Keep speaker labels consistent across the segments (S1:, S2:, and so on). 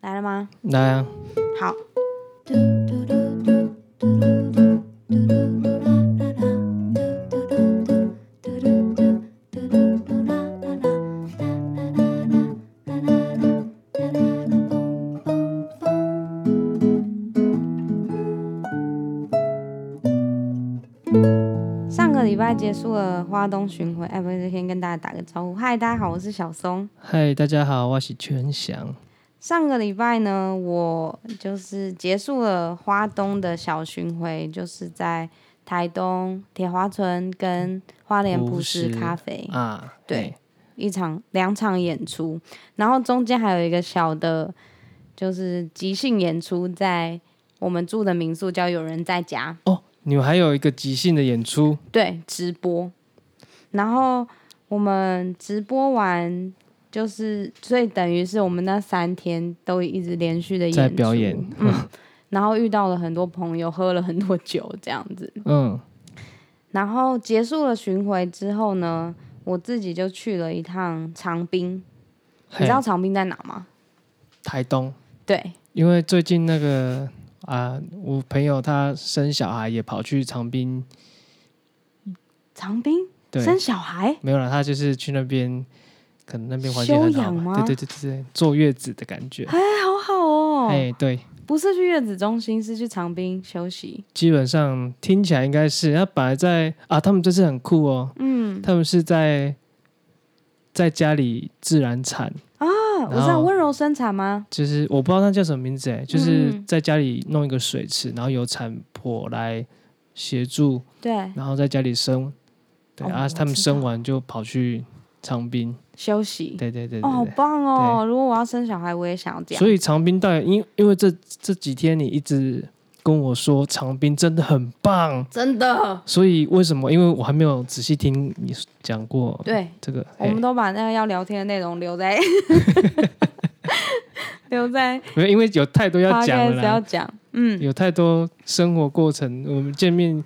S1: 来了吗？
S2: 来啊，
S1: 好，上个礼拜结束了花东巡回，哎，不是，先跟大家打个招呼。嗨，大家好，我是小松。
S2: 嗨，大家好，我是全翔。
S1: 上个礼拜呢，我就是结束了花东的小巡回，就是在台东铁花村跟花莲
S2: 朴
S1: 布
S2: 实
S1: 施咖啡
S2: 啊，
S1: 对
S2: 嘿，
S1: 一场两场演出，然后中间还有一个小的，就是即兴演出，在我们住的民宿叫有人在家，
S2: 哦，你们还有一个即兴的演出，
S1: 对，直播。然后我们直播完，就是所以等于是我们那三天都一直连续的演
S2: 在表
S1: 出
S2: 演
S1: 嗯，然后遇到了很多朋友，喝了很多酒这样子。
S2: 嗯，
S1: 然后结束了巡回之后呢，我自己就去了一趟长滨。你
S2: 嘿
S1: 知道长滨在哪吗？
S2: 台东，
S1: 对，
S2: 因为最近那个啊，我朋友他生小孩也跑去长滨，
S1: 长滨
S2: 对，
S1: 生小孩，
S2: 没有了，他就是去那边，可能那边环境
S1: 休
S2: 很好
S1: 养
S2: 吧，
S1: 吗
S2: 对对对对对，坐月子的感觉，
S1: 哎，好好哦。
S2: 哎，对，
S1: 不是去月子中心，是去长滨休息。
S2: 基本上听起来应该是他本来在啊，他们这次很酷哦，
S1: 嗯
S2: 他们是在在家里自然产，
S1: 啊，我
S2: 嗯然
S1: 知道
S2: 后
S1: 温柔生产吗？
S2: 就是我不知道那叫什么名字哎，就是
S1: 嗯
S2: 在家里弄一个水池，然后有产婆来协助，
S1: 对，
S2: 然后在家里生，对、
S1: 哦
S2: 啊，
S1: 我
S2: 他们
S1: 知道
S2: 生完就跑去长滨，
S1: 休息。
S2: 对对对
S1: 哦，
S2: 对
S1: 好
S2: 对
S1: 棒哦！如果我要生小孩，我也想要这样。
S2: 所以长滨带，因因为这这几天你一直跟我说长滨真的很棒，
S1: 真的，
S2: 所以为什么？因为我还没有仔细听你讲过
S1: 对，
S2: 这个，
S1: 我们都把那个要聊天的内容留 在留在
S2: 嘿没有因为有太多要讲了
S1: podcast
S2: 啦，
S1: 要讲，嗯，
S2: 有太多生活过程，我们见面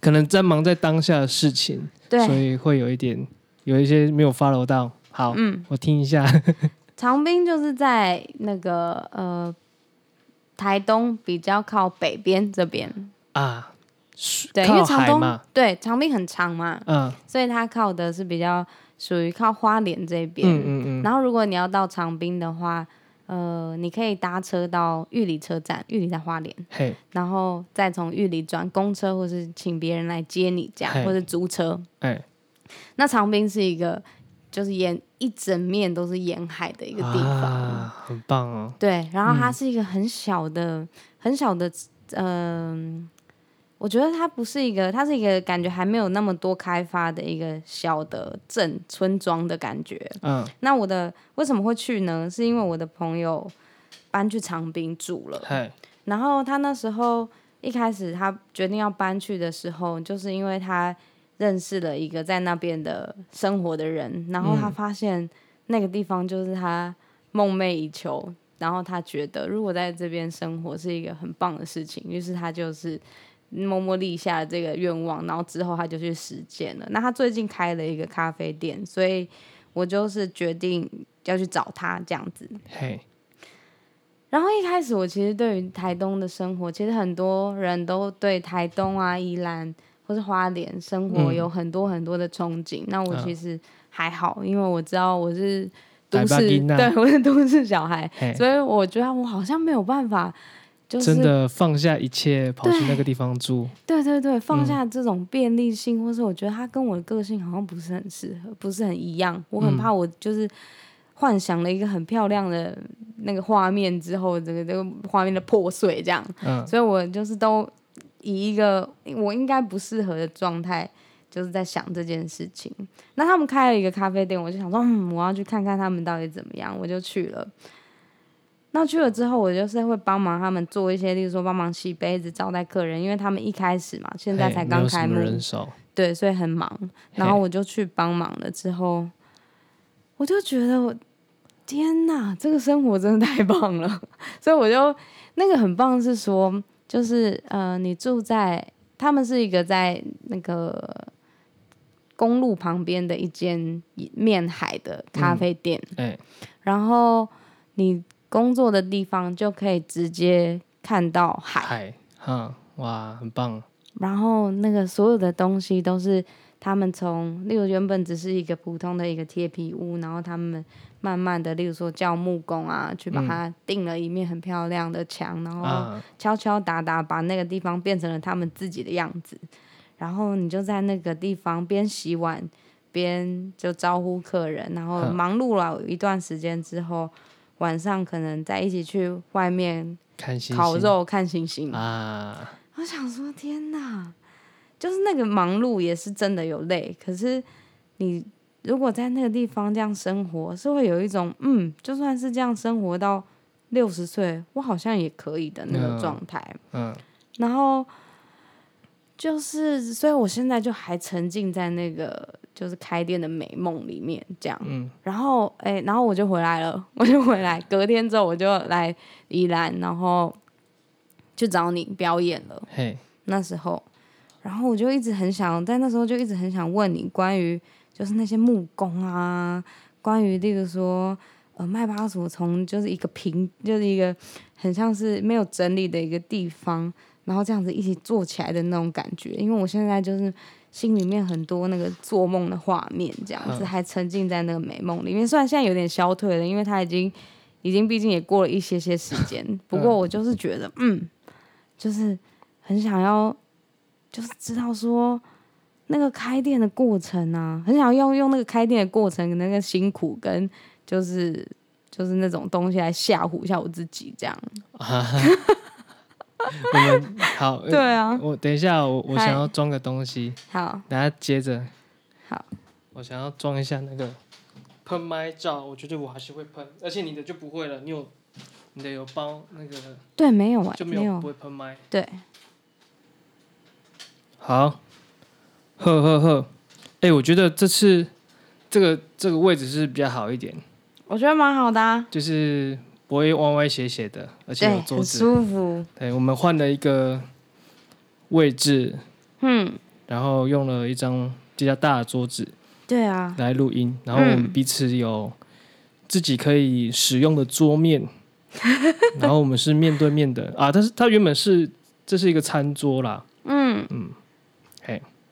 S2: 可能在忙在当下的事情，所
S1: 对，
S2: 以会有一点有一些没有 follow 到。好，
S1: 嗯，
S2: 我听一下。
S1: 长滨就是在那个呃台东比较靠北边这边，
S2: 啊，
S1: 对，因为
S2: 靠
S1: 长
S2: 海
S1: 东
S2: 嘛，
S1: 对长滨很长嘛，
S2: 嗯
S1: 所以它靠的是比较属于靠花莲这边，
S2: 嗯嗯嗯，
S1: 然后如果你要到长滨的话。呃，你可以搭车到玉里车站，玉里在花莲，
S2: 嘿，
S1: 然后再从玉里转公车，或是请别人来接你这样
S2: 嘿，
S1: 或者租车。
S2: 哎，
S1: 那长滨是一个就是沿一整面都是沿海的一个地方，
S2: 啊，很棒哦，
S1: 对。然后它是一个很小的、很小的，嗯、我觉得它不是一个，它是一个感觉还没有那么多开发的一个小的镇村庄的感觉。
S2: 嗯，
S1: 那我的为什么会去呢？是因为我的朋友搬去长滨住了。
S2: 嘿，
S1: 然后他那时候一开始他决定要搬去的时候，就是因为他认识了一个在那边的生活的人，然后他发现那个地方就是他梦寐以求，然后他觉得如果在这边生活是一个很棒的事情，于是他就是。默默立下了这个愿望，然后之后他就去实践了。那他最近开了一个咖啡店，所以我就是决定要去找他这样子。
S2: 嘿，
S1: 然后一开始我其实对于台东的生活，其实很多人都对台东啊、宜兰或是花莲生活
S2: 嗯
S1: 有很多很多的憧憬。那我
S2: 嗯
S1: 其实还好，因为我知道我是都
S2: 台北
S1: 市，
S2: 囡仔
S1: 对，我是都市小孩，
S2: 嘿，
S1: 所以我觉得我好像没有办法，就是
S2: 真的放下一切跑去那个地方住，
S1: 对对对，放下
S2: 嗯
S1: 这种便利性，或是我觉得它跟我的个性好像不是很适合，不是很一样。我
S2: 嗯
S1: 很怕我就是幻想了一个很漂亮的那个画面之后，这个这个画面的破碎这样，
S2: 嗯
S1: 所以我就是都以一个我应该不适合的状态。就是在想这件事情。那他们开了一个咖啡店，我就想说，嗯，我要去看看他们到底怎么样，我就去了。那去了之后，我就是会帮忙他们做一些，例如说帮忙洗杯子、招待客人，因为他们一开始嘛，现在
S2: 嘿
S1: 才
S2: 没
S1: 刚
S2: 有什
S1: 开
S2: 么
S1: 幕，
S2: 人手，
S1: 对，所以很忙。然后我就去帮忙了之后，我就觉得我天哪，这个生活真的太棒了。 所以我就那个很棒是说，就是呃，你住在他们是一个在那个公路旁边的一间面海的咖啡店，
S2: 嘿哎，
S1: 然后你工作的地方就可以直接看到海，
S2: 海，哈，啊哇，很棒，
S1: 然后那个所有的东西都是他们从，例如原本只是一个普通的一个铁皮屋，然后他们慢慢的，例如说叫木工啊，去把它钉了一面很漂亮的墙，然后
S2: 啊，
S1: 敲敲打打把那个地方变成了他们自己的样子，然后你就在那个地方边洗碗边就招呼客人，然后
S2: 哼
S1: 忙碌了一段时间之后，晚上可能再一起去外面
S2: 看星星
S1: 烤肉看星星。
S2: 啊，
S1: 我想说，天哪，就是那个忙碌也是真的有累，可是你如果在那个地方这样生活，是会有一种嗯，就算是这样生活到六十岁，我好像也可以的那个
S2: 嗯
S1: 状态。
S2: 嗯，
S1: 然后就是，所以我现在就还沉浸在那个就是开店的美梦里面，这样。
S2: 嗯
S1: 然后，哎、然后我就回来了， 我就回来，隔天之后我就来宜兰，然后去找你表演了。
S2: 嘿，
S1: 那时候，然后我就一直很想，在那时候就一直很想问你关于就是那些木工啊，关于例如说呃麦巴索从就是一个平就是一个很像是没有整理的一个地方，然后这样子一起做起来的那种感觉，因为我现在就是。心里面很多那个做梦的画面，这样子
S2: 嗯
S1: 还沉浸在那个美梦里面。虽然现在有点消退了，因为它已经已经毕竟也过了一些些时间。 不过我就是觉得，嗯，就是很想要，就是知道说那个开店的过程啊，很想要用那个开店的过程，那个辛苦跟就是就是那种东西来吓唬一下我自己，这样。
S2: 啊，我们好，呃
S1: 对啊，
S2: 我等一下，我我
S1: 嗨
S2: 想要装个东西，
S1: 好，
S2: 等下接着，
S1: 好，
S2: 我想要装一下那个喷麦罩，我觉得我还是会喷，而且你的就不会了，你有你的有包那个
S1: 对，没有哎、
S2: 就没
S1: 没
S2: 有
S1: 有
S2: 不，会喷麦。
S1: 对，
S2: 好，呵呵呵，哎、我觉得这次这个这个位置是比较好一点，
S1: 我觉得蛮好的、啊，
S2: 就是不会歪歪斜斜的，而且
S1: 对，
S2: 有桌
S1: 很
S2: 子。
S1: 舒服，
S2: 对，我们换了一个位置，
S1: 嗯，
S2: 然后用了一张比较大的桌子
S1: 对啊，
S2: 来录音，然后我们彼此有自己可以使用的桌面， 然后我们是面对面的啊，但是它原本是这是一个餐桌啦，
S1: 嗯，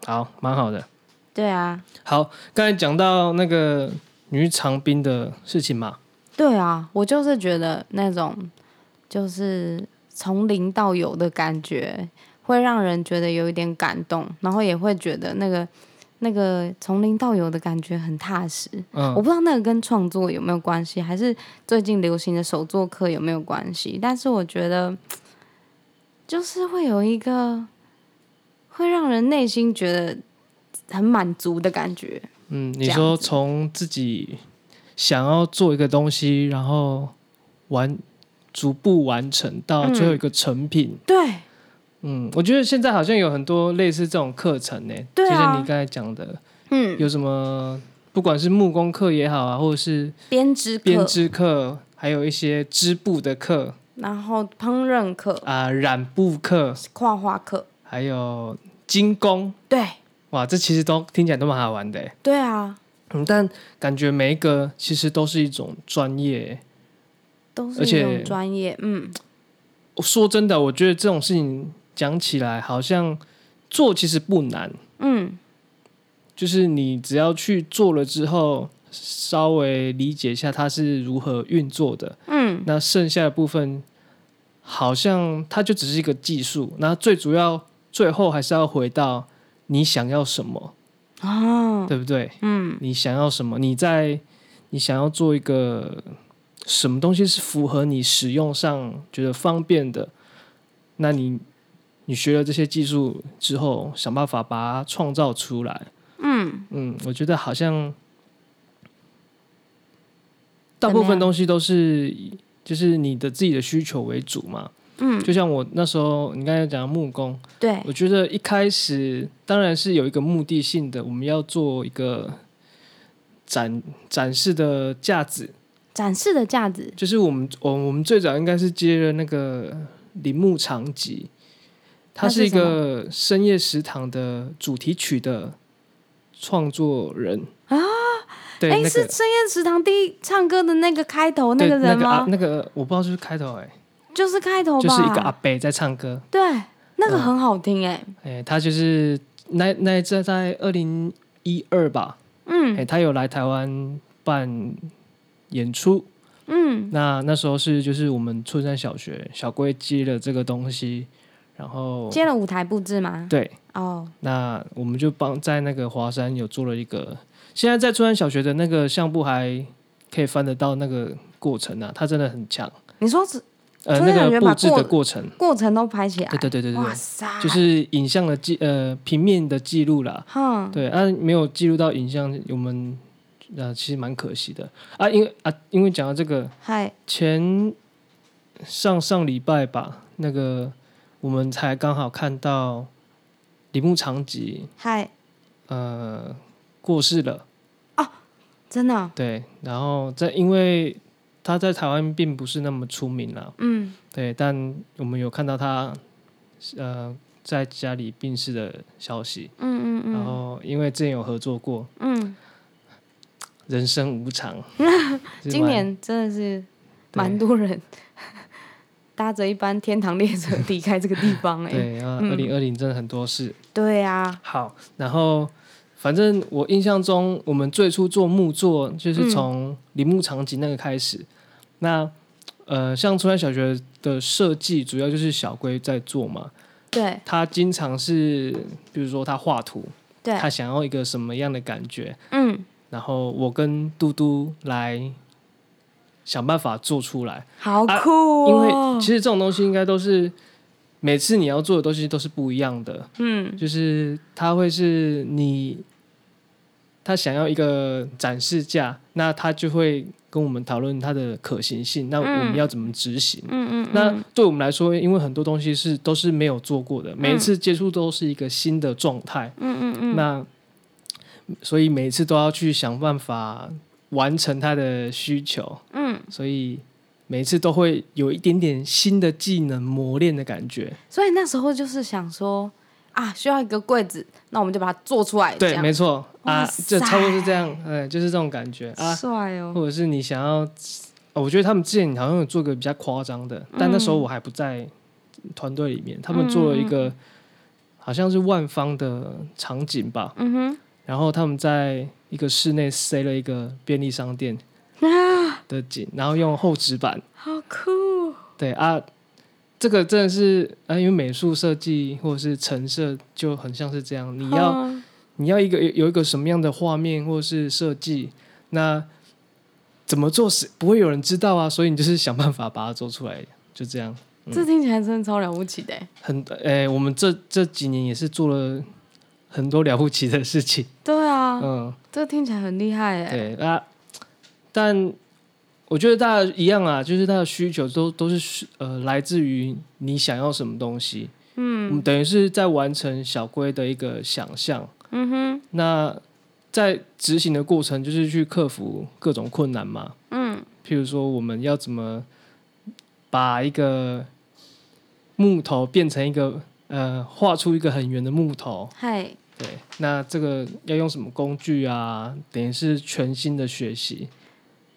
S2: 好，蛮好的。
S1: 对啊，
S2: 好，刚才讲到那个女长兵的事情嘛，
S1: 对啊，我就是觉得那种就是从零到有的感觉，会让人觉得有一点感动，然后也会觉得那个那个从零到有的感觉很踏实。我
S2: 嗯，
S1: 不知道那个跟创作有没有关系，还是最近流行的手作课有没有关系？但是我觉得，就是会有一个会让人内心觉得很满足的感觉。
S2: 嗯，
S1: 这
S2: 你
S1: 样
S2: 说
S1: 子
S2: 从自己想要做一个东西，然后完逐步完成到最后一个成品，
S1: 对，
S2: 嗯，我觉得现在好像有很多类似这种课程呢、
S1: 对啊
S2: 就像你刚才讲的，
S1: 嗯，
S2: 有什么不管是木工课也好啊，或者是
S1: 编织
S2: 编
S1: 课，
S2: 织课，还有一些织布的课
S1: 然后烹饪课、
S2: 啊、染布课，
S1: 画画课，
S2: 还有精工，
S1: 对，
S2: 哇，这其实都听起来都蛮好玩的、欸。
S1: 对啊，
S2: 嗯，但感觉每一个其实都是一种专业欸、
S1: 都是
S2: 而
S1: 一
S2: 且
S1: 种专业，嗯，
S2: 说真的，我觉得这种事情讲起来好像做其实不难，
S1: 嗯，
S2: 就是你只要去做了之后，稍微理解一下它是如何运作的，嗯，那剩下的部分好像它就只是一个技术，那最主要最后还是要回到你想要什么，
S1: 哦，
S2: 对不对？
S1: 嗯，
S2: 你想要什么？你在你想要做一个什么东西是符合你使用上觉得方便的？那你你学了这些技术之后，想办法把它创造出来。嗯嗯，我觉得好像大部
S1: 怎么
S2: 分
S1: 样
S2: 东西都是以就是你的自己的需求为主嘛。嗯，就像我那时候你刚才讲的木工，
S1: 对，
S2: 我觉得一开始当然是有一个目的性的，我们要做一个展展示的架子，
S1: 展示的架子，
S2: 就是我们我我们最早应该是接了那个铃木长吉，他
S1: 那是
S2: 是一
S1: 什么
S2: 个深夜食堂的主题曲的创作人对，
S1: 啊哎、
S2: 那个
S1: 是深夜食堂第一唱歌的那个开头那
S2: 对
S1: 个人
S2: 那个
S1: 吗？哦
S2: 啊那个我不知道是不是开头哎、
S1: 就是开头吧，
S2: 就是一个嗯阿伯在唱歌，
S1: 对，那个很好听哎、
S2: 哎、他就是那那一次在二零一二吧，哎、
S1: 嗯
S2: 他有来台湾办演出，
S1: 嗯
S2: 那那时候是就是我们春山小学小龟接了这个东西，然后
S1: 接了舞台布置吗？
S2: 对，
S1: 哦，
S2: 那我们就帮在那个华山有做了一个，现在在春山小学的那个项目还可以翻得到那个过程啊，它真的很强，
S1: 你说是
S2: 呃，
S1: 春
S2: 那
S1: 山小学
S2: 个
S1: 把
S2: 布置
S1: 过
S2: 的过程，
S1: 过程都拍起来？
S2: 对对对对对
S1: 哇
S2: 对，
S1: 塞，
S2: 就是影像的记呃平面的记录啦，
S1: 哼，
S2: 对啊，没有记录到影像，我们呃其实蛮可惜的啊，因为啊因为讲到这个，
S1: 嗨，
S2: 前上上礼拜吧，那个我们才刚好看到李牧长吉
S1: 嗨，
S2: 呃过世了，
S1: 真的哦、
S2: 对，然后在因为他在台湾并不是那么出名啦，
S1: 嗯，
S2: 对，但我们有看到他呃在家里病逝的消息，
S1: 嗯嗯
S2: 然
S1: 嗯
S2: 后因为之前有合作过，
S1: 嗯，
S2: 人生 无常，是
S1: 今
S2: 蛮
S1: 年真的是
S2: 对
S1: 蛮多人 搭着一班天堂列车离开这个地方哎、
S2: 对，然后二零二零真的很多事，
S1: 对啊，
S2: 好，然后反正我印象中，我们最初做木作就是从铃木长吉那个开始。那呃，像初山小学的设计，主要就是小龟在做嘛。
S1: 对
S2: 他经常是，比如说他画图，
S1: 对，
S2: 他想要一个什么样的感觉，
S1: 嗯，
S2: 然后我跟嘟嘟来想办法做出来。
S1: 好
S2: 啊
S1: 酷
S2: 因为
S1: 哦，
S2: 其实这种东西应该都是每次你要做的东西都是不一样的，嗯，就是它会是你他想要一个展示架，那他就会跟我们讨论它的可行性，那我们要怎么执行？
S1: 嗯嗯
S2: 那对我们来说，因为很多东西是都是没有做过的，每一次接触都是一个新的状态，
S1: 嗯嗯嗯，
S2: 那所以每次都要去想办法完成他的需求，
S1: 嗯，
S2: 所以每次都会有一点点新的技能磨练的感觉，
S1: 所以那时候就是想说啊，需要一个柜子，那我们就把它做出来，这
S2: 对，
S1: 样
S2: 没错
S1: 哇
S2: 啊，
S1: 塞
S2: 就差不多是这样，哎，就是这种感觉啊，
S1: 帅哦，
S2: 或者是你想要，哦我觉得他们之前好像有做个比较夸张的，但那时
S1: 嗯
S2: 候我还不在团队里面，他们做了一个好像是万方的场景吧，
S1: 嗯哼，
S2: 然后他们在一个室内塞了一个便利商店的景，然后用厚纸板。
S1: 啊好酷，
S2: 对啊，这个真的是啊，因为美术设计或者是陈设就很像是这样，你要、
S1: 嗯
S2: 你要一个有有一个什么样的画面或是设计，那怎么做是不会有人知道啊，所以你就是想办法把它做出来，就这样。
S1: 这听起来真的超了不起的欸，
S2: 很诶、我们这这几年也是做了很多了不起的事情，
S1: 对啊，
S2: 嗯。
S1: 这听起来很厉害哎，
S2: 对啊，但我觉得大家一样啊，就是他的需求都都是需呃来自于你想要什么东西，嗯，等于是在完成小龟的一个想象，嗯哼，那在执行的过程就是去克服各种困难嘛，嗯，譬如说我们要怎么把一个木头变成一个呃画出一个很圆的木头，
S1: 嗨，
S2: 对，那这个要用什么工具啊？等于是全新的学习。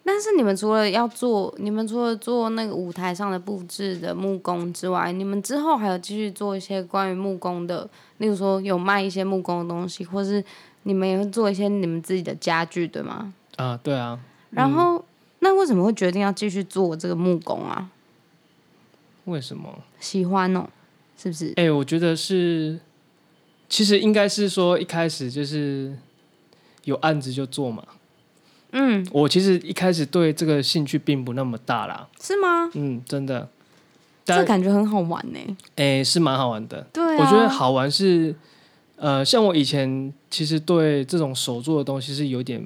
S1: 但是你们除了要做，你们除了做那个舞台上的布置的木工之外，你们之后还有继续做一些关于木工的，例如说有卖一些木工的东西，或是你们也会做一些你们自己的家具，对吗？
S2: 啊，对啊，
S1: 然后、那为什么会决定要继续做这个木工啊？
S2: 为什么？
S1: 喜欢哦，是不是？
S2: 哎、我觉得是，其实应该是说一开始就是有案子就做嘛。
S1: 嗯，
S2: 我其实一开始对这个兴趣并不那么大啦，
S1: 是吗？
S2: 嗯，真的，但
S1: 这感觉很好玩呢、
S2: 哎、是蛮好玩的。
S1: 对啊，
S2: 我觉得好玩是，呃，像我以前其实对这种手做的东西是有点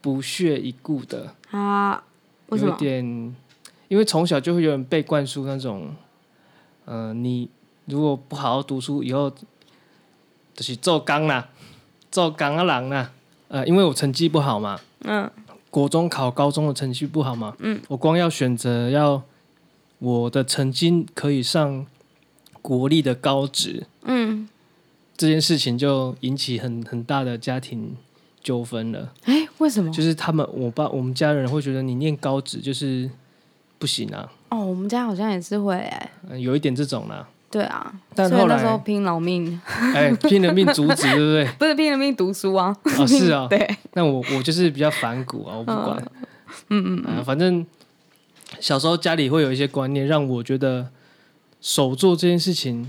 S2: 不屑一顾的。
S1: 啊，为什
S2: 有一
S1: 么？
S2: 点，因为从小就会有人被灌输那种，呃，你如果不好好读书，以后就是做工啦，做工啊人啦。呃，因为我成绩不好嘛，
S1: 嗯
S2: 国中考高中的成绩不好嘛，嗯，我光要选择要我的成绩可以上国立的高职
S1: 嗯
S2: 这件事情，就引起很很大的家庭纠纷了，
S1: 哎、为什么？
S2: 就是他们我爸我们家人会觉得你念高职就是不行啊，
S1: 哦，我们家好像也是会哎、
S2: 嗯有一点这种啦。
S1: 对啊，
S2: 但
S1: 所以
S2: 后
S1: 那时候
S2: 来
S1: 拼老命，
S2: 哎拼了命阻止，对 不对？
S1: 不是拼了命读书啊，
S2: 啊、是啊，
S1: 对，
S2: 那我我就是比较反骨啊，我不管，嗯嗯、反正小时候家里会有一些观念，让我觉得手做这件事情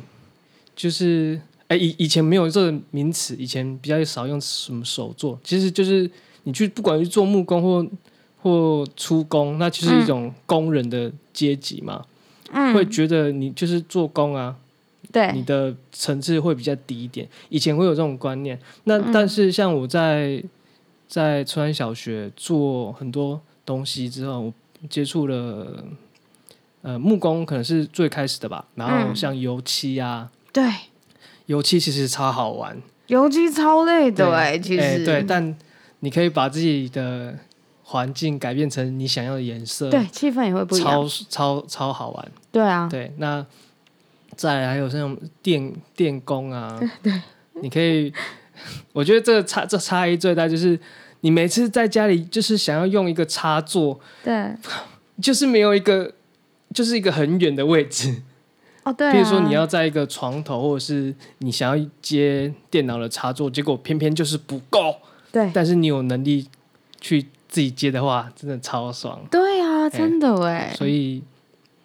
S2: 就是，哎、以以前没有这个名词，以前比较少用什么手做，其实就是你去不管去做木工或或出工，那其实一种工人的阶级嘛，会觉得你就是做工啊，你
S1: 嗯对，
S2: 的层次会比较低一点。以前会有这种观念，那、
S1: 嗯
S2: 但是像我在在川小学做很多东西之后，我接触了呃木工，可能是最开始的吧。然后
S1: 嗯
S2: 像油漆啊，
S1: 对，
S2: 油漆其实超好玩，
S1: 油漆超累的哎、其实、
S2: 哎对，但你可以把自己的环境改变成你想要的颜色，
S1: 对，气氛也会不一样，
S2: 超超超好玩。
S1: 对啊，
S2: 对，那再来还有那种电电工啊， 对，你可以， 我觉得这个差这差异最大就是，你每次在家里就是想要用一个插座，
S1: 对，
S2: 就是没有一个，就是一个很远的位置，
S1: 哦 对、啊，
S2: 比如说你要在一个床头，或者是你想要接电脑的插座，结果偏偏就是不够，
S1: 对
S2: 但是你有能力去自己接的话，真的超爽。
S1: 对啊，真的哎、
S2: 所以，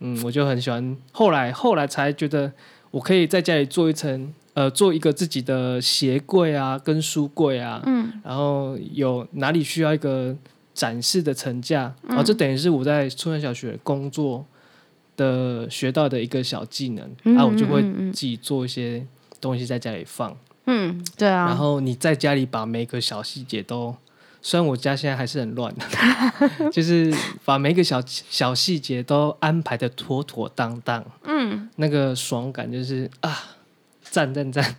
S2: 嗯，我就很喜欢。后来，后来才觉得我可以在家里做一层，呃，做一个自己的鞋柜啊，跟书柜啊，嗯，然后有哪里需要一个展示的层架，啊、
S1: 嗯
S2: 这等于是我在春山小学工作的学到的一个小技能，
S1: 嗯
S2: 啊，我就会
S1: 嗯嗯嗯
S2: 自己做一些东西在家里放，
S1: 嗯，对
S2: 然
S1: 啊，
S2: 后你在家里把每个小细节都，虽然我家现在还是很乱， 就是把每个小小细节都安排的妥妥当当，嗯，那个爽感就是啊，赞赞赞，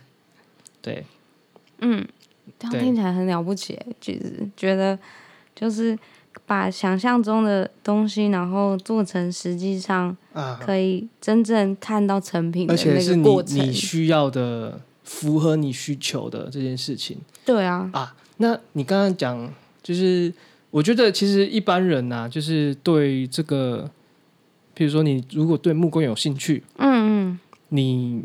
S2: 对，
S1: 嗯这样
S2: 对
S1: 听起来很了不起哎、其实觉得就是把想象中的东西，然后做成实际上
S2: 啊，
S1: 可以真正看到成品的
S2: 而且
S1: 那
S2: 是
S1: 个
S2: 你
S1: 过程
S2: 你，需要的，符合你需求的这件事情
S1: 对啊，
S2: 啊。那你刚刚讲，就是我觉得其实一般人呐、就是对这个，譬如说你如果对木工有兴趣，
S1: 嗯嗯，
S2: 你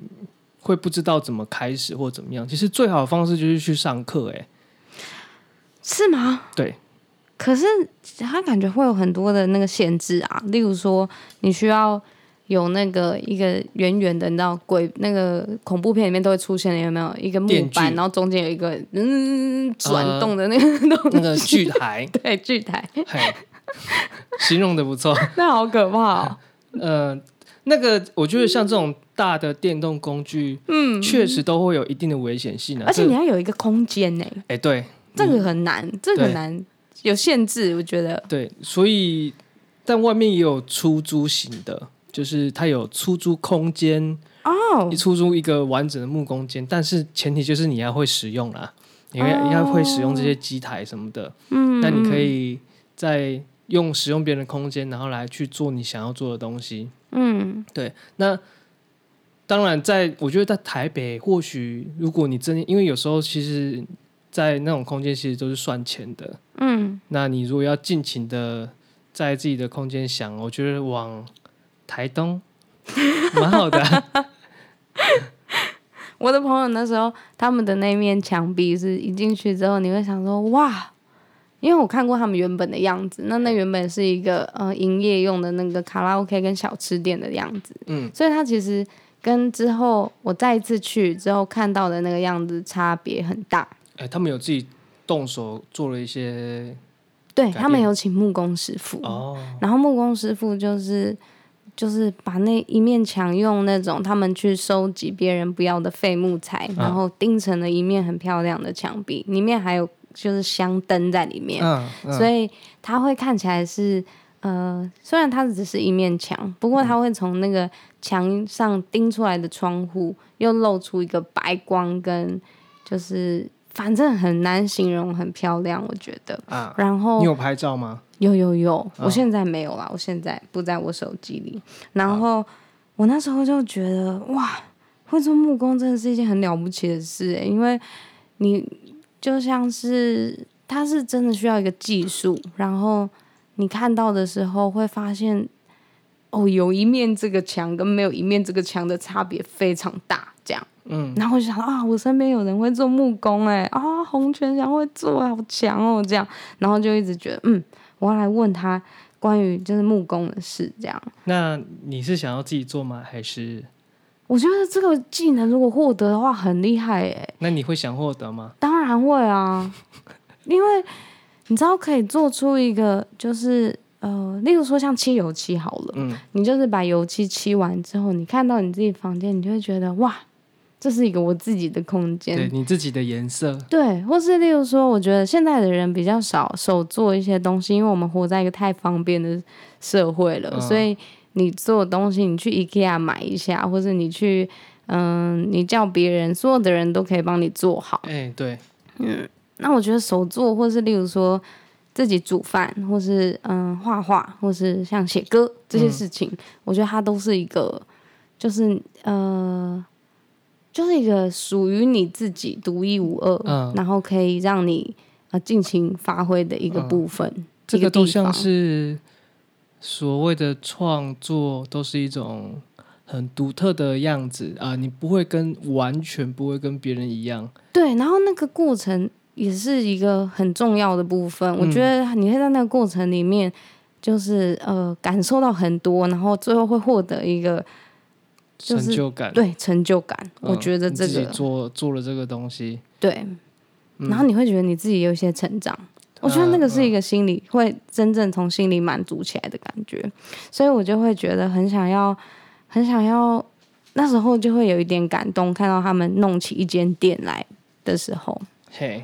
S2: 会不知道怎么开始或怎么样。其实最好的方式就是去上课、欸，
S1: 是吗？
S2: 对，
S1: 可是他感觉会有很多的那个限制啊，例如说你需要有那个一个圆圆的，你知道鬼那个恐怖片里面都会出现的，有没有一个木
S2: 电
S1: 板，
S2: 锯
S1: 然后中间有一个嗯转
S2: 呃
S1: 动的那个
S2: 那
S1: 东
S2: 个
S1: 西，
S2: 巨 台，
S1: 对巨台，
S2: 嘿，形容的不错。
S1: 那好可怕、 哦。
S2: 呃，那个我觉得像这种大的电动工具，嗯，确实都会有一定的危险性啊。
S1: 而且
S2: 这
S1: 你要有一个空间呢、
S2: 哎、对
S1: 这个很难，这个
S2: 对
S1: 很难有限制，我觉得。
S2: 对，所以但外面也有出租型的。就是它有出租空间哦，你出租一个完整的木工间，但是前提就是你要会使用啦，你要、
S1: 哦
S2: 你要会使用这些机台什么的。
S1: 嗯，
S2: 那你可以在用使用别人的空间，然后来去做你想要做的东西。
S1: 嗯，
S2: 对，那当然在，我觉得在台北，或许如果你真因为有时候其实，在那种空间其实都是算钱的。嗯，那你如果要尽情的在自己的空间想，我觉得往台东蛮好的啊、
S1: 我的朋友那时候他们的那面墙壁是一进去之后，你会想说哇，因为我看过他们原本的样子，那那原本是一个呃营业用的那个卡拉 OK 跟小吃店的样子，
S2: 嗯，
S1: 所以它其实跟之后我再一次去之后看到的那个样子差别很大。
S2: 哎，他们有自己动手做了一些
S1: 对
S2: 改
S1: 他们
S2: 变
S1: 有请木工师傅，
S2: 哦，
S1: 然后木工师傅就是就是把那一面墙用那种他们去收集别人不要的废木材，
S2: 啊
S1: 然后钉成了一面很漂亮的墙壁，里面还有就是香灯在里面，
S2: 嗯，嗯
S1: 所以它会看起来是。呃，虽然它只是一面墙，不过它会从那个墙上钉出来的窗户，又露出一个白光跟，就是反正很难形容，很漂亮，我觉得。
S2: 啊，
S1: 然后
S2: 你有拍照吗？
S1: 有有有，
S2: 哦
S1: 我现在没有啦，我现在不在我手机里。然后我那时候就觉得，哇，会做木工真的是一件很了不起的事欸、因为你就像是它是真的需要一个技术，然后你看到的时候会发现，哦，有一面这个墙跟没有一面这个墙的差别非常大，这样。
S2: 嗯，
S1: 然后我就想到啊，我身边有人会做木工哎、啊，洪泉祥会做，好强哦，这样，然后就一直觉得，嗯，我要来问他关于就是木工的事，这样。
S2: 那你是想要自己做吗？还是
S1: 我觉得这个技能如果获得的话，很厉害哎、
S2: 那你会想获得吗？
S1: 当然会啊， 因为你知道可以做出一个就是呃，例如说像漆油漆好了，
S2: 嗯
S1: 你就是把油漆漆完之后，你看到你自己房间，你就会觉得哇，这是一个我自己的空间，
S2: 对你自己的颜色，
S1: 对，或是例如说，我觉得现在的人比较少手做一些东西，因为我们活在一个太方便的社会了，
S2: 嗯
S1: 所以你做东西，你去 IKEA 买一下，或者你去，嗯，你叫别人，所有的人都可以帮你做好。
S2: 哎、对，
S1: 那我觉得手做，或是例如说自己煮饭，或是嗯画画，或是像写歌这
S2: 嗯
S1: 些事情，我觉得它都是一个，就是呃，就是一个属于你自己独一无二，
S2: 嗯
S1: 然后可以让你呃尽情发挥的一个
S2: 嗯
S1: 部分。
S2: 这
S1: 一个
S2: 个都
S1: 地方
S2: 像是所谓的创作，都是一种很独特的样子啊、你不会跟完全不会跟别人一样，
S1: 对，然后那个过程也是一个很重要的部分。我觉
S2: 嗯
S1: 得你会在那个过程里面，就是呃感受到很多，然后最后会获得一个就是
S2: 成就感。
S1: 对成就感。我
S2: 嗯
S1: 觉得
S2: 你
S1: 这
S2: 自己
S1: 个
S2: 做做了这个东西，
S1: 对，然后你会觉得你自己有一些成长。我觉得那个是一个心理会真正从心里满足起来的感觉，所以我就会觉得很想要，很想要。那时候就会有一点感动，看到他们弄起一间店来的时候，
S2: 嘿，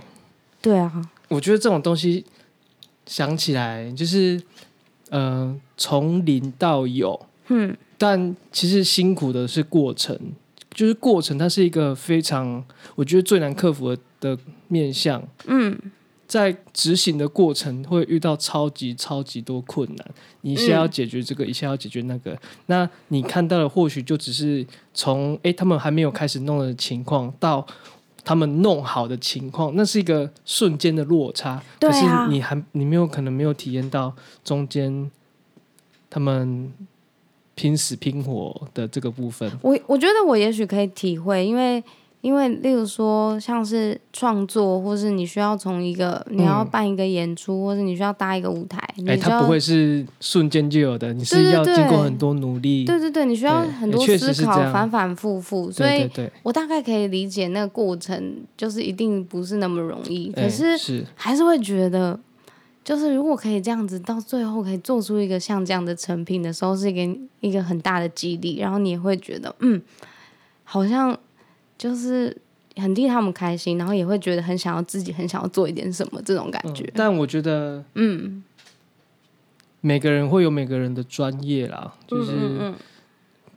S1: 对啊，
S2: 我觉得这种东西想起来就是，呃，从零到有，
S1: 嗯，
S2: 但其实辛苦的是过程，就是过程，它是一个非常我觉得最难克服的面向。
S1: 嗯，
S2: 在执行的过程会遇到超级超级多困难，你一下
S1: 嗯
S2: 要解决这个，一下要解决那个。那你看到的或许就只是从诶他们还没有开始弄的情况到他们弄好的情况，那是一个瞬间的落差。
S1: 对
S2: 可是
S1: 啊
S2: 你还你没有可能没有体验到中间他们拼死拼活的这个部分。
S1: 我我觉得我也许可以体会，因为因为例如说像是创作，或是你需要从一个你要
S2: 嗯
S1: 办一个演出，或是你需要搭一个舞台，
S2: 诶，
S1: 你需
S2: 它
S1: 要
S2: 不会是瞬间就有的，你
S1: 对
S2: 是
S1: 对
S2: 要
S1: 对
S2: 经过很多努力。
S1: 对对对，你需要
S2: 对
S1: 很
S2: 也
S1: 多
S2: 确
S1: 思
S2: 实是这
S1: 考，
S2: 样
S1: 反反复复，所以
S2: 对对对，
S1: 我大概可以理解那个过程，就是一定不是那么容易，可
S2: 诶
S1: 是
S2: 是
S1: 还是会觉得。就是如果可以这样子，到最后可以做出一个像这样的成品的时候，是一个一个很大的激励，然后你也会觉得，嗯，好像就是很替他们开心，然后也会觉得很想要自己很想要做一点什么这种感
S2: 嗯
S1: 觉。
S2: 但我觉得，嗯，每个人会有每个人的专业啦，就是
S1: 嗯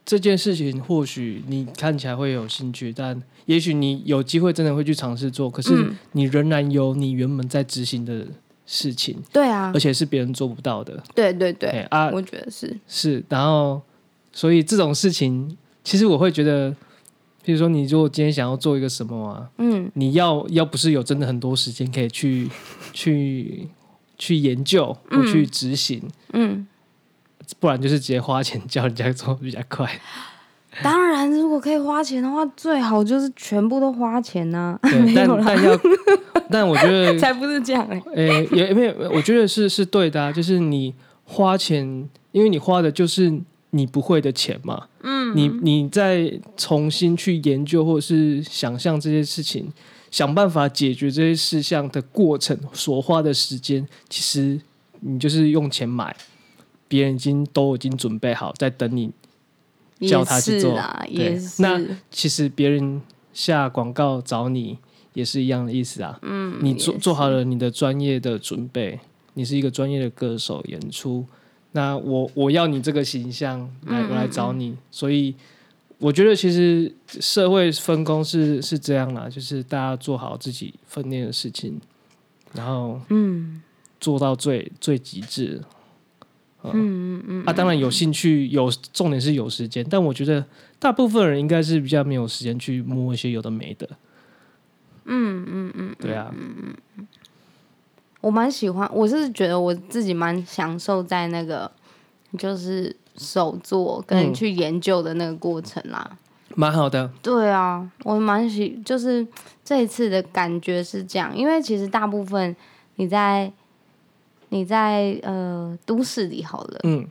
S2: 这件事情，或许你看起来会有兴趣，但也许你有机会真的会去尝试做，可是
S1: 嗯
S2: 你仍然有你原本在执行的事情，
S1: 对啊
S2: 而，且是别人做不到的。
S1: 对对对，
S2: 哎啊，
S1: 我觉得是，
S2: 是，然后所以这种事情，其实我会觉得，比如说你如果今天想要做一个什么啊，
S1: 嗯，
S2: 你要要不是有真的很多时间可以去去去研究或去执行，
S1: 嗯，
S2: 不然就是直接花钱叫人家做比较快。
S1: 当然，如果可以花钱的话，最好就是全部都花钱呐、
S2: 对，
S1: 没
S2: 但嗯
S1: 有啦
S2: 但要，但我觉得，
S1: 才不是这样哎、
S2: 呃、也没有，我觉得是是对的、啊，就是你花钱，因为你花的就是你不会的钱嘛。嗯，你你再重新去研究或是想象这些事情，想办法解决这些事项的过程所花的时间，其实你就是用钱买，别人已经都已经准备好在等你。叫他去做
S1: 也是啦，
S2: 对
S1: 也是。
S2: 那其实别人下广告找你也是一样的意思啊。嗯，你做做好了你的专业的准备，你是一个专业的歌手演出，那我我要你这个形象来我来找你，所以我觉得其实社会分工是是这样啦，就是大家做好自己分内的事情，然后嗯，做到最最极致。嗯嗯嗯啊，当然有兴趣，有重点是有时间，但我觉得大部分人应该是比较没有时间去
S1: 嗯
S2: 摸一些有的没的。嗯嗯嗯，对啊，
S1: 我蛮喜欢，我是觉得我自己蛮享受在那个就是手做跟
S2: 嗯
S1: 去研究的那个过程啦。
S2: 蛮好的。
S1: 对啊，我蛮喜，就是这一次的感觉是这样，因为其实大部分你在你在呃都市里好了，
S2: 嗯，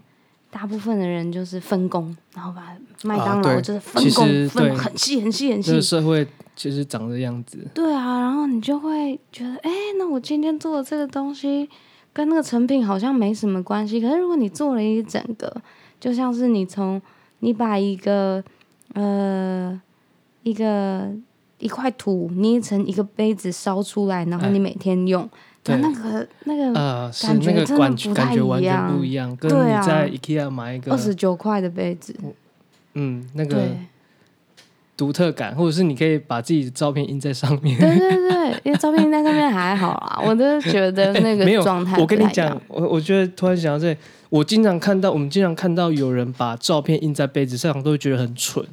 S1: 大部分的人就是分工，然后把麦
S2: 啊
S1: 当劳
S2: 对
S1: 就是分
S2: 其
S1: 工、
S2: 实对
S1: 分很细很细很
S2: 这个
S1: 细，
S2: 社会其实长这样子，
S1: 对啊，然后你就会觉得，哎、那我今天做的这个东西跟那个成品好像没什么关系，可是如果你做了一整个，就像是你从你把一个呃一个一块土捏成一个杯子烧出来，然后
S2: 哎
S1: 你每天用，那
S2: 对
S1: 那个那个
S2: 呃，
S1: 嗯
S2: 是
S1: 感觉
S2: 那个
S1: 真的
S2: 感
S1: 不太
S2: 感觉完
S1: 一
S2: 全
S1: 样
S2: 不一样，跟
S1: 对
S2: 你
S1: 啊
S2: 在 IKEA 买一个
S1: 二十九块的杯子，
S2: 嗯那个
S1: 对
S2: 独特感，或者是你可以把自己的照片印在上 面。
S1: 对对对，因为照片在上面还好 啦，我都觉得那
S2: 没
S1: 个
S2: 有
S1: 状态、
S2: 我跟你讲，，我我觉得突然想到这里，我经常看到，我们经常看到有人把照片印在杯子上，都会觉得很蠢。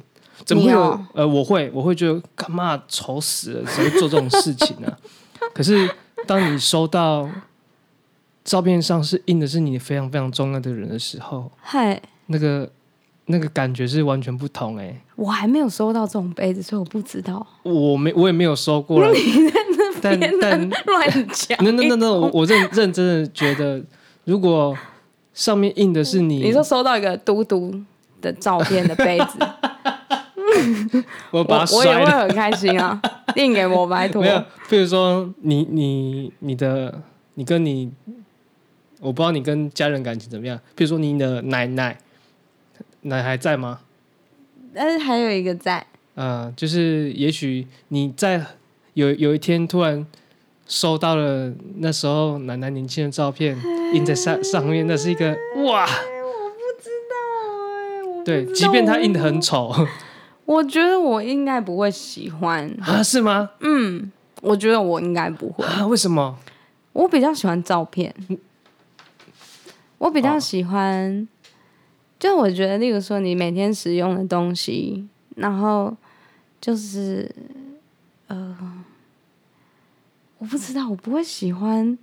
S2: 怎么会有？
S1: 你哦
S2: 呃，我会，我会觉得干嘛丑死了，谁会做这种事情呢、 可是当你收到照片上是印的是你非常非常重要的人的时候，
S1: 嗨，
S2: 那个那个感觉是完全不同哎、
S1: 我还没有收到这种杯子，所以我不知道。
S2: 我没我也没有收过啦，但但
S1: 乱讲
S2: 那那那那，我我认认真的觉得，如果上面印的是你，
S1: 嗯你说收到一个嘟嘟的照片的杯子，
S2: 我把它
S1: 我我也
S2: 摔
S1: 会
S2: 了，
S1: 很开心 啊！订给我，拜托
S2: 没。有？比如说你你你的你跟你，我不知道你跟家人感情怎么样。比如说你的奶奶，奶还在吗？
S1: 但是还有一个在，
S2: 呃，就是也许你在有有一天突然收到了那时候奶奶年轻的照片，印在上上面，那是一个哇，
S1: 我不知道哎，我
S2: 对，即便它印的很丑
S1: 我觉得我应该不会喜欢，
S2: 啊，是吗？
S1: 嗯，我觉得我应该不会，
S2: 啊，为什么？
S1: 我比较喜欢照片，我比较
S2: 哦
S1: 喜欢，就我觉得，例如说你每天使用的东西，然后就是呃，我不知道，我不会喜欢，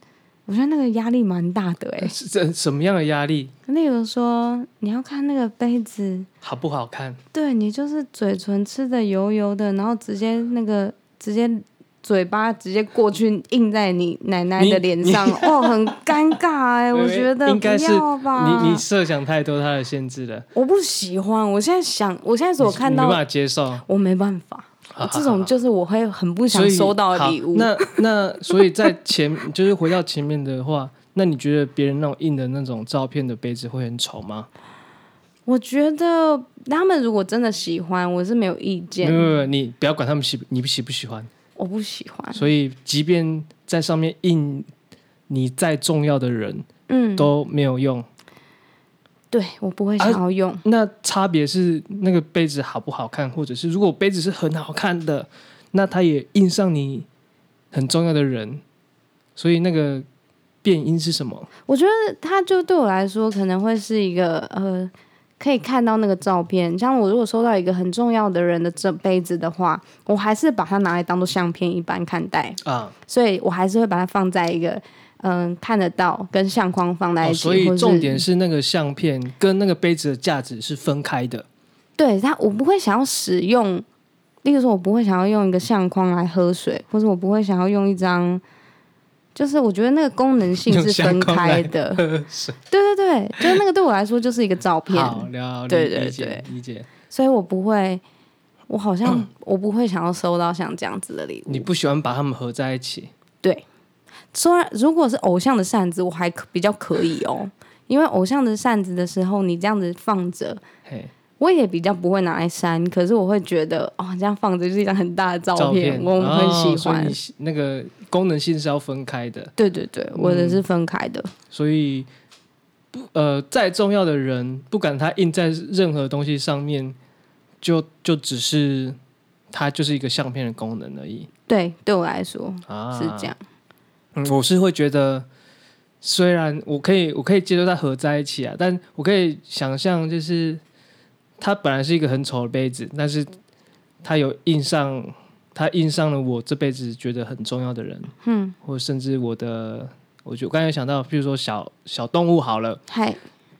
S1: 我觉得那个压力蛮大的哎、
S2: 是这什么样的压力？
S1: 例如说你要看那个杯子，
S2: 好不好看？
S1: 对你就是嘴唇吃的油油的，然后直接那个直接嘴巴直接过去印在你奶奶的
S2: 你
S1: 脸上，哦，很尴 尬哎、我觉得
S2: 应该是
S1: 不要吧，
S2: 你你设想太多它的限制了，
S1: 我不喜欢。我现在想，我现在所
S2: 你
S1: 看
S2: 你没办
S1: 到，
S2: 法接受。
S1: 我没办法，
S2: 好好
S1: 这种
S2: 好
S1: 就是我会很不
S2: 所
S1: 想
S2: 以
S1: 收到的
S2: 好
S1: 礼物。
S2: 那那所以在前 就是回到前面的话，那你觉得别人那种印的那种照片的杯子会很丑吗？
S1: 我觉得他们如果真的喜欢，我是没有意
S2: 没
S1: 见
S2: 有，没有，没有你不要管他们喜你不喜不喜欢。
S1: 我不喜欢。
S2: 所以即便在上面印你再重要的人
S1: 嗯，
S2: 都没有用。
S1: 对我不
S2: 啊
S1: 会想要用。
S2: 那差别是那个杯子好不好看，或者是如果杯子是很好看的，那它也印上你很重要的人，所以那个变音是什么？
S1: 我觉得它就对我来说可能会是一个呃，可以看到那个照片。像我如果收到一个很重要的人的这杯子的话，我还是把它拿来当做相片一般看待，
S2: 啊，
S1: 所以我还是会把它放在一个嗯、看得到跟相框放在一
S2: 哦
S1: 起。
S2: 所
S1: 或
S2: 以
S1: 是
S2: 重点是那个相片跟那个杯子的价值是分开的。
S1: 对它，我不会想要使用。例如说，我不会想要用一个相框来喝水，或者我不会想要用一张，就是我觉得那个功能性
S2: 用
S1: 是分
S2: 相框
S1: 开
S2: 来
S1: 的。对对对，就是那个对我来说就是一个照片。
S2: 好，了
S1: 对
S2: 解，
S1: 对
S2: 理解
S1: 对
S2: 理解。
S1: 所以我不会，我好 像我不会想要收到像这样子的礼
S2: 你
S1: 物。
S2: 不喜欢把它们合在一起，
S1: 虽然如果是偶像的扇子，我还可比较可以哦，因为偶像的扇子的时候，你这样子放着，
S2: 嘿，
S1: 我也比较不会拿来扇。可是我会觉得，哦，这样放着就是一张很大的照
S2: 照片
S1: 我很
S2: 哦
S1: 喜
S2: 所以
S1: 欢。
S2: 你喜那个功能性是要分开的。
S1: 对对对，我
S2: 嗯
S1: 的是分开的。
S2: 所以不呃，再重要的人，不管他印在任何东西上面，就就只是它就是一个相片的功能而已
S1: 对，对我来说
S2: 啊。
S1: 是这样。
S2: 嗯，我是会觉得，虽然我可以我可以接受它合在一起啊，但我可以想象，就是它本来是一个很丑的杯子，但是它有印上，它印上了我这辈子觉得很重要的人，嗯，或甚至我的我就刚才想到，譬如说小小动物好了，
S1: 嗨，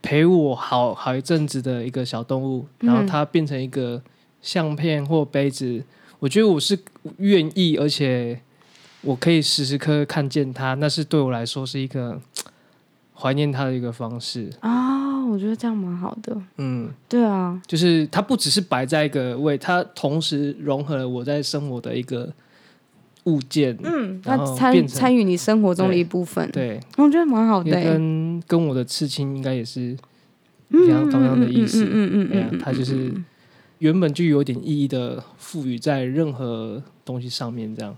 S2: 陪我好好一阵子的一个小动物，
S1: 嗯
S2: 然后它变成一个相片或杯子，我觉得我是愿意，而且我可以时时刻刻看见它，那是对我来说是一个怀念它的一个方式。
S1: 啊，我觉得这样蛮好的。
S2: 嗯，
S1: 对啊，
S2: 就是它不只是摆在一个位，它同时融合了我在生活的一个物件。
S1: 嗯，
S2: 然
S1: 那
S2: 后
S1: 参
S2: 变成
S1: 参与你生活中的
S2: 对
S1: 一部分，
S2: 对，
S1: 我觉得蛮好的
S2: 也
S1: 欸。
S2: 跟跟我的刺青应该也是
S1: 嗯
S2: 一样同样的意思。
S1: 嗯嗯
S2: 对啊，它就是原本就有点意义的赋予在任何东西上面，这样。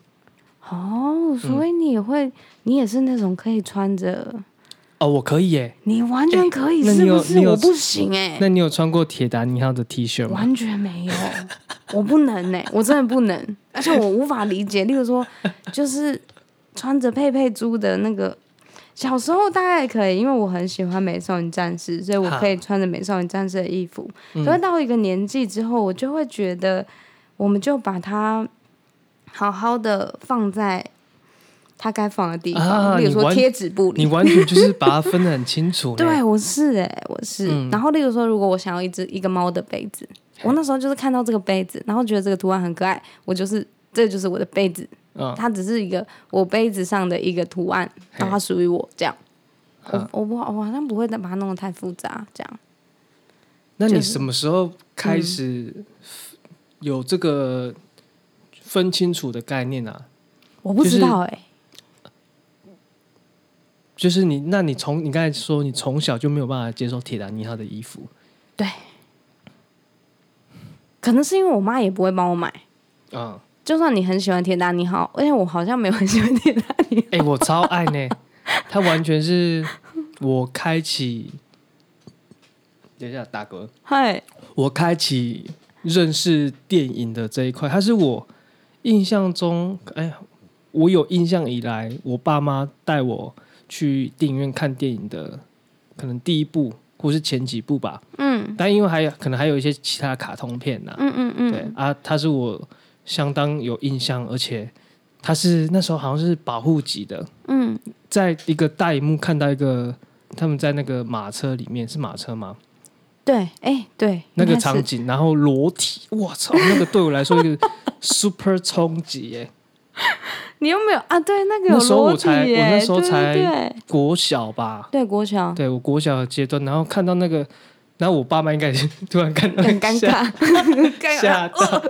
S1: 哦，所以你也会，你也是那种可以穿着，
S2: 哦，我可以耶。
S1: 你完全可以，
S2: 那你
S1: 是不
S2: 有
S1: 是？
S2: 你有
S1: 我不行哎，
S2: 那你有穿过铁达尼号的 T 恤吗？
S1: 完全没有，我不能 哎、我真的不能，而且我无法理解。例如说，就是穿着佩佩猪的那个，小时候大概可以，因为我很喜欢美少女战士，所以我可以穿着美少女战士的衣服。
S2: 嗯
S1: 可是到一个年纪之后，我就会觉得，我们就把它好好的放在它该放的地方，
S2: 啊
S1: 例如
S2: 你
S1: 说
S2: 完
S1: 贴纸布里
S2: 你。完全就是把它分得很清楚呢。
S1: 对，我是哎、我是。
S2: 嗯
S1: 然后，例如说，如果我想要一只一个猫的杯子，我那时候就是看到这个杯子，然后觉得这个图案很可爱，我就是这就是我的杯子，
S2: 嗯，
S1: 它只是一个我杯子上的一个图案，
S2: 嘿
S1: 然后它属于我这样。我
S2: 嗯
S1: 我不我好像不会再把它弄得太复杂，这样
S2: 那
S1: 就
S2: 你
S1: 是
S2: 什么时候开始有这个分清楚的概念啊？
S1: 我不知道哎、
S2: 就是你，那你从你刚才说你从小就没有办法接受铁达尼号的衣服
S1: 可能是因为我妈也不会帮我买。
S2: 啊？
S1: 就算你很喜欢铁达尼号，而且我好像没有很喜欢铁达尼
S2: 哎、我超爱呢，它完全是我开启。等一下，打嗝。
S1: 号，嘿，
S2: 我开启认识电影的这一块，它是我印象中，哎呀，我有印象以来，我爸妈带我去电影院看电影的，可能第一部或是前几部吧。
S1: 嗯
S2: 但因为还有可能还有一些其他卡通片呐、
S1: 嗯嗯嗯，
S2: 对啊，它是我相当有印象，而且它是那时候好像是保护级的，
S1: 嗯，
S2: 在一个大荧幕看到一个他们在那个马车里面，是马车吗？
S1: 对，哎、对，
S2: 那
S1: 应该
S2: 个
S1: 是
S2: 场景，然后裸体，我操，那个对我来说一个 super 冲击耶！
S1: 你又没有啊？对，那个有
S2: 那时候我
S1: 裸体
S2: 才
S1: 耶
S2: 我那时候才
S1: 对对对
S2: 国小吧，
S1: 对国强
S2: 对我国小的阶段，然后看到那个，然后我爸妈应该也是突然看到
S1: 很尴
S2: 吓，
S1: 尬，尴尬。
S2: 吓到，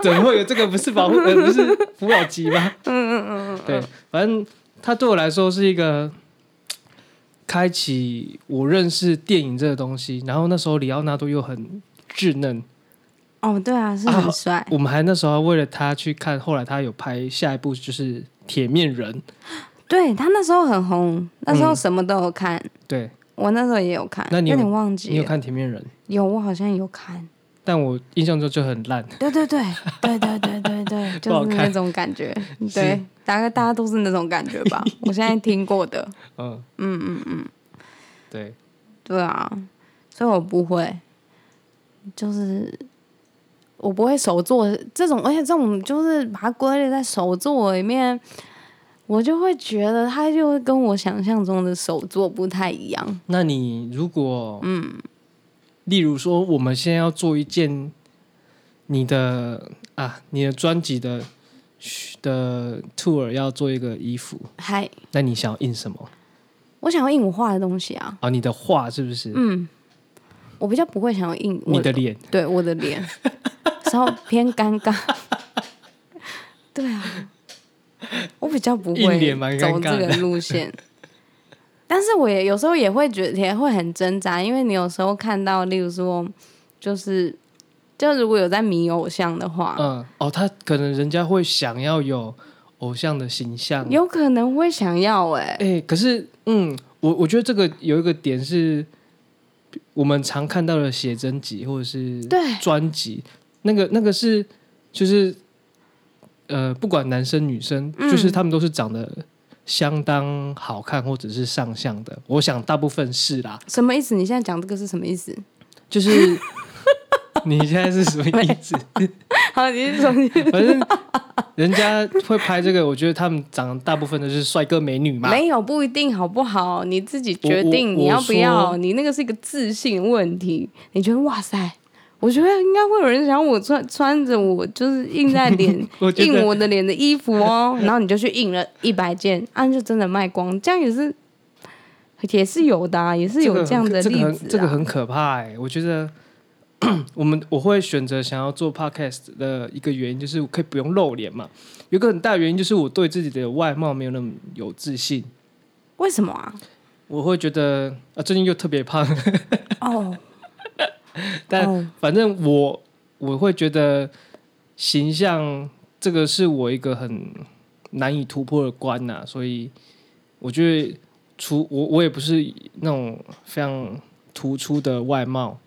S2: 怎么会有这个？不是保护，呃，不是扶老级吗？ 嗯嗯嗯，对，反正它对我来说是一个。开启我认识电影这个东西，然后那时候里奥纳多又很稚嫩，
S1: 哦，对啊，是
S2: 啊
S1: 很帅。
S2: 我们还那时候为了他去看，后来他有拍下一部就是《铁面人》，
S1: 对他那时候很红，那时候什么都有看，
S2: 对
S1: 我那时候也有看，
S2: 那你有
S1: 点忘
S2: 你
S1: 记
S2: 有
S1: 了。
S2: 看《铁面人》，
S1: 有，我好像有看。
S2: 但我印象中就很烂。
S1: 对对对对对对对对，
S2: 不好
S1: 就是
S2: 看
S1: 那种感觉。对，大概大家都是那种感觉 吧。我现在听过的，
S2: 嗯嗯嗯嗯，对，
S1: 对啊，所以我不会，就是我不会手做这种，而且这种就是把它归类在手做里面，我就会觉得它就会跟我想象中的手做不太一样。
S2: 那你如果嗯，例如说我们现在要做一件你的啊你的专辑的的 tour 要做一个衣服，
S1: 嗨，
S2: 那你想要印什么？
S1: 我想要印我画的东西啊，
S2: 啊，你的画是不是？
S1: 嗯，我比较不会想要印我
S2: 你的脸，
S1: 对我的 脸，稍微偏尴尬。对啊，我比较不
S2: 硬
S1: 会
S2: 脸蛮
S1: 走
S2: 尴
S1: 这
S2: 尬的
S1: 个路线，但是我也有时候也会觉得也会很挣扎，因为你有时候看到，例如说，就是就如果有在迷偶像的话，
S2: 嗯，哦，他可能人家会想要有偶像的形象，啊
S1: 有可能会想要哎、
S2: 哎、可是，嗯，我我觉得这个有一个点是，我们常看到的写真集或者是
S1: 对
S2: 专辑，那个那个是就是，呃，不管男生女生，
S1: 嗯
S2: 就是他们都是长得相当好看或者是上相的。我想大部分是啦，
S1: 什么意思？你现在讲这个是什么意 思？
S2: 就是 你现在是什么意思？
S1: 好，你是说你
S2: 反正人家会拍这个，我觉得他们长大部分都是帅哥美女嘛。
S1: 没有不一定好不好？你自己决
S2: 我
S1: 定
S2: 我
S1: 你要不要，
S2: 说
S1: 你那个是一个自信问题。你觉得哇塞，我觉得应该会有人想要我穿穿着我就是印在脸
S2: 我觉
S1: 印
S2: 得
S1: 我的脸的衣服哦， 然后你就去印了一百件，啊就真的卖光，这样也是也是有的、啊，也是
S2: 这个
S1: 有
S2: 很
S1: 样的
S2: 这个
S1: 例
S2: 很
S1: 子、啊
S2: 这个很可怕哎、我觉得我们我会选择想要做 podcast 的一个原因，就是我可以不用露脸嘛。有一个很大原因就是我对自己的外貌没有那么有自信，
S1: 为什么啊？
S2: 我会觉得啊最近又特别胖，
S1: 哦，
S2: 但
S1: 哦
S2: 反正我我会觉得形象这个是我一个很难以突破的关呐、所以我觉得除我我也不是那种非常突出的外貌，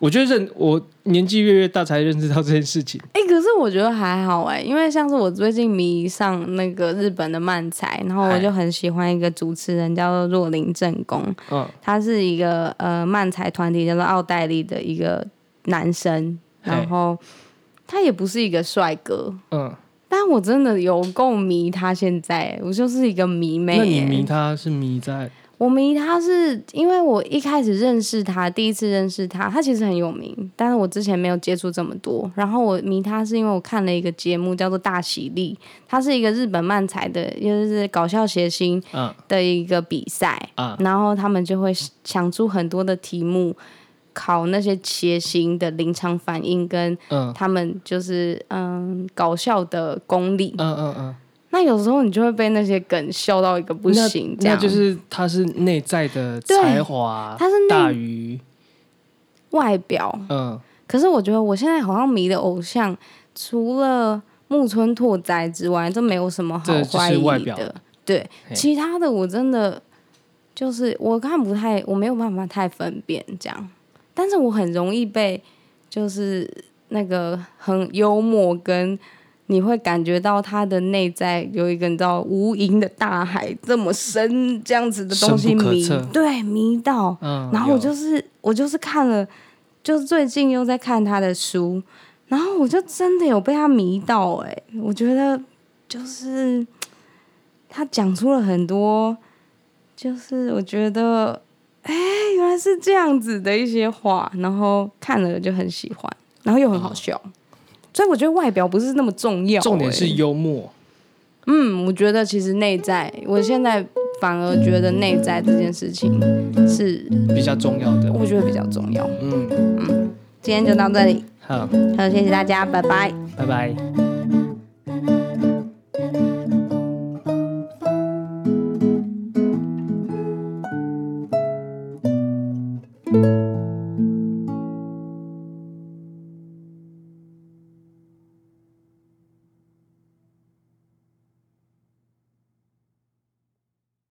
S2: 我觉得认我年纪越来越大才认识到这件事情。
S1: 哎、可是我觉得还好哎、因为像是我最近迷上那个日本的漫才，然后我
S2: 嗨
S1: 就很喜欢一个主持人叫做若林正宫，
S2: 嗯，
S1: 他是一个呃漫才团体叫做奥黛丽的一个男生，
S2: 嗨
S1: 然后他也不是一个帅哥，
S2: 嗯，
S1: 但我真的有够迷他现在欸、我就是一个迷妹、
S2: 那你
S1: 欸。
S2: 迷他是迷在
S1: 我迷他是因为我一开始认识他，第一次认识他，他其实很有名，但是我之前没有接触这么多。然后我迷他是因为我看了一个节目叫做《大喜力》，它是一个日本漫才的，也就是搞笑谐星
S2: 嗯
S1: 的一个比赛，
S2: 啊
S1: 然后他们就会想出很多的题目，考那些谐星的临场反应跟
S2: 嗯
S1: 他们就是嗯搞笑的功力
S2: 嗯。嗯嗯，
S1: 那有时候你就会被那些梗笑到一个不
S2: 那
S1: 行，这
S2: 那
S1: 样
S2: 就是他是内在的才华，
S1: 他是
S2: 大
S1: 那
S2: 于
S1: 外表。
S2: 嗯
S1: 可是我觉得我现在好像迷的偶像，除了木村拓哉之外，这没有什么好
S2: 这就是
S1: 怀疑
S2: 外表
S1: 的。对，
S2: 嘿
S1: 其他的我真的就是我看不太，我没有办法太分辨这样，但是我很容易被就是那个很幽默跟。你会感觉到他的内在有一个你知道无垠的大海这么深这样子的东西
S2: 深不可
S1: 迷
S2: 测，
S1: 对迷到，
S2: 嗯，
S1: 然后我
S2: 有
S1: 就是我就是看了，就是最近又在看他的书，然后我就真的有被他迷到哎、我觉得就是他讲出了很多，就是我觉得哎、原来是这样子的一些话，然后看了就很喜欢，然后又很好笑，所以我觉得外表不是那么重要、
S2: 嗯重点
S1: 哎
S2: 是幽默。
S1: 嗯，我觉得其实内在，我现在反而觉得内在这件事情是
S2: 比较重要的。
S1: 我觉得比较重要。
S2: 嗯，
S1: 今天就到这里，
S2: 好，
S1: 好，谢谢大家，拜拜。
S2: 拜拜。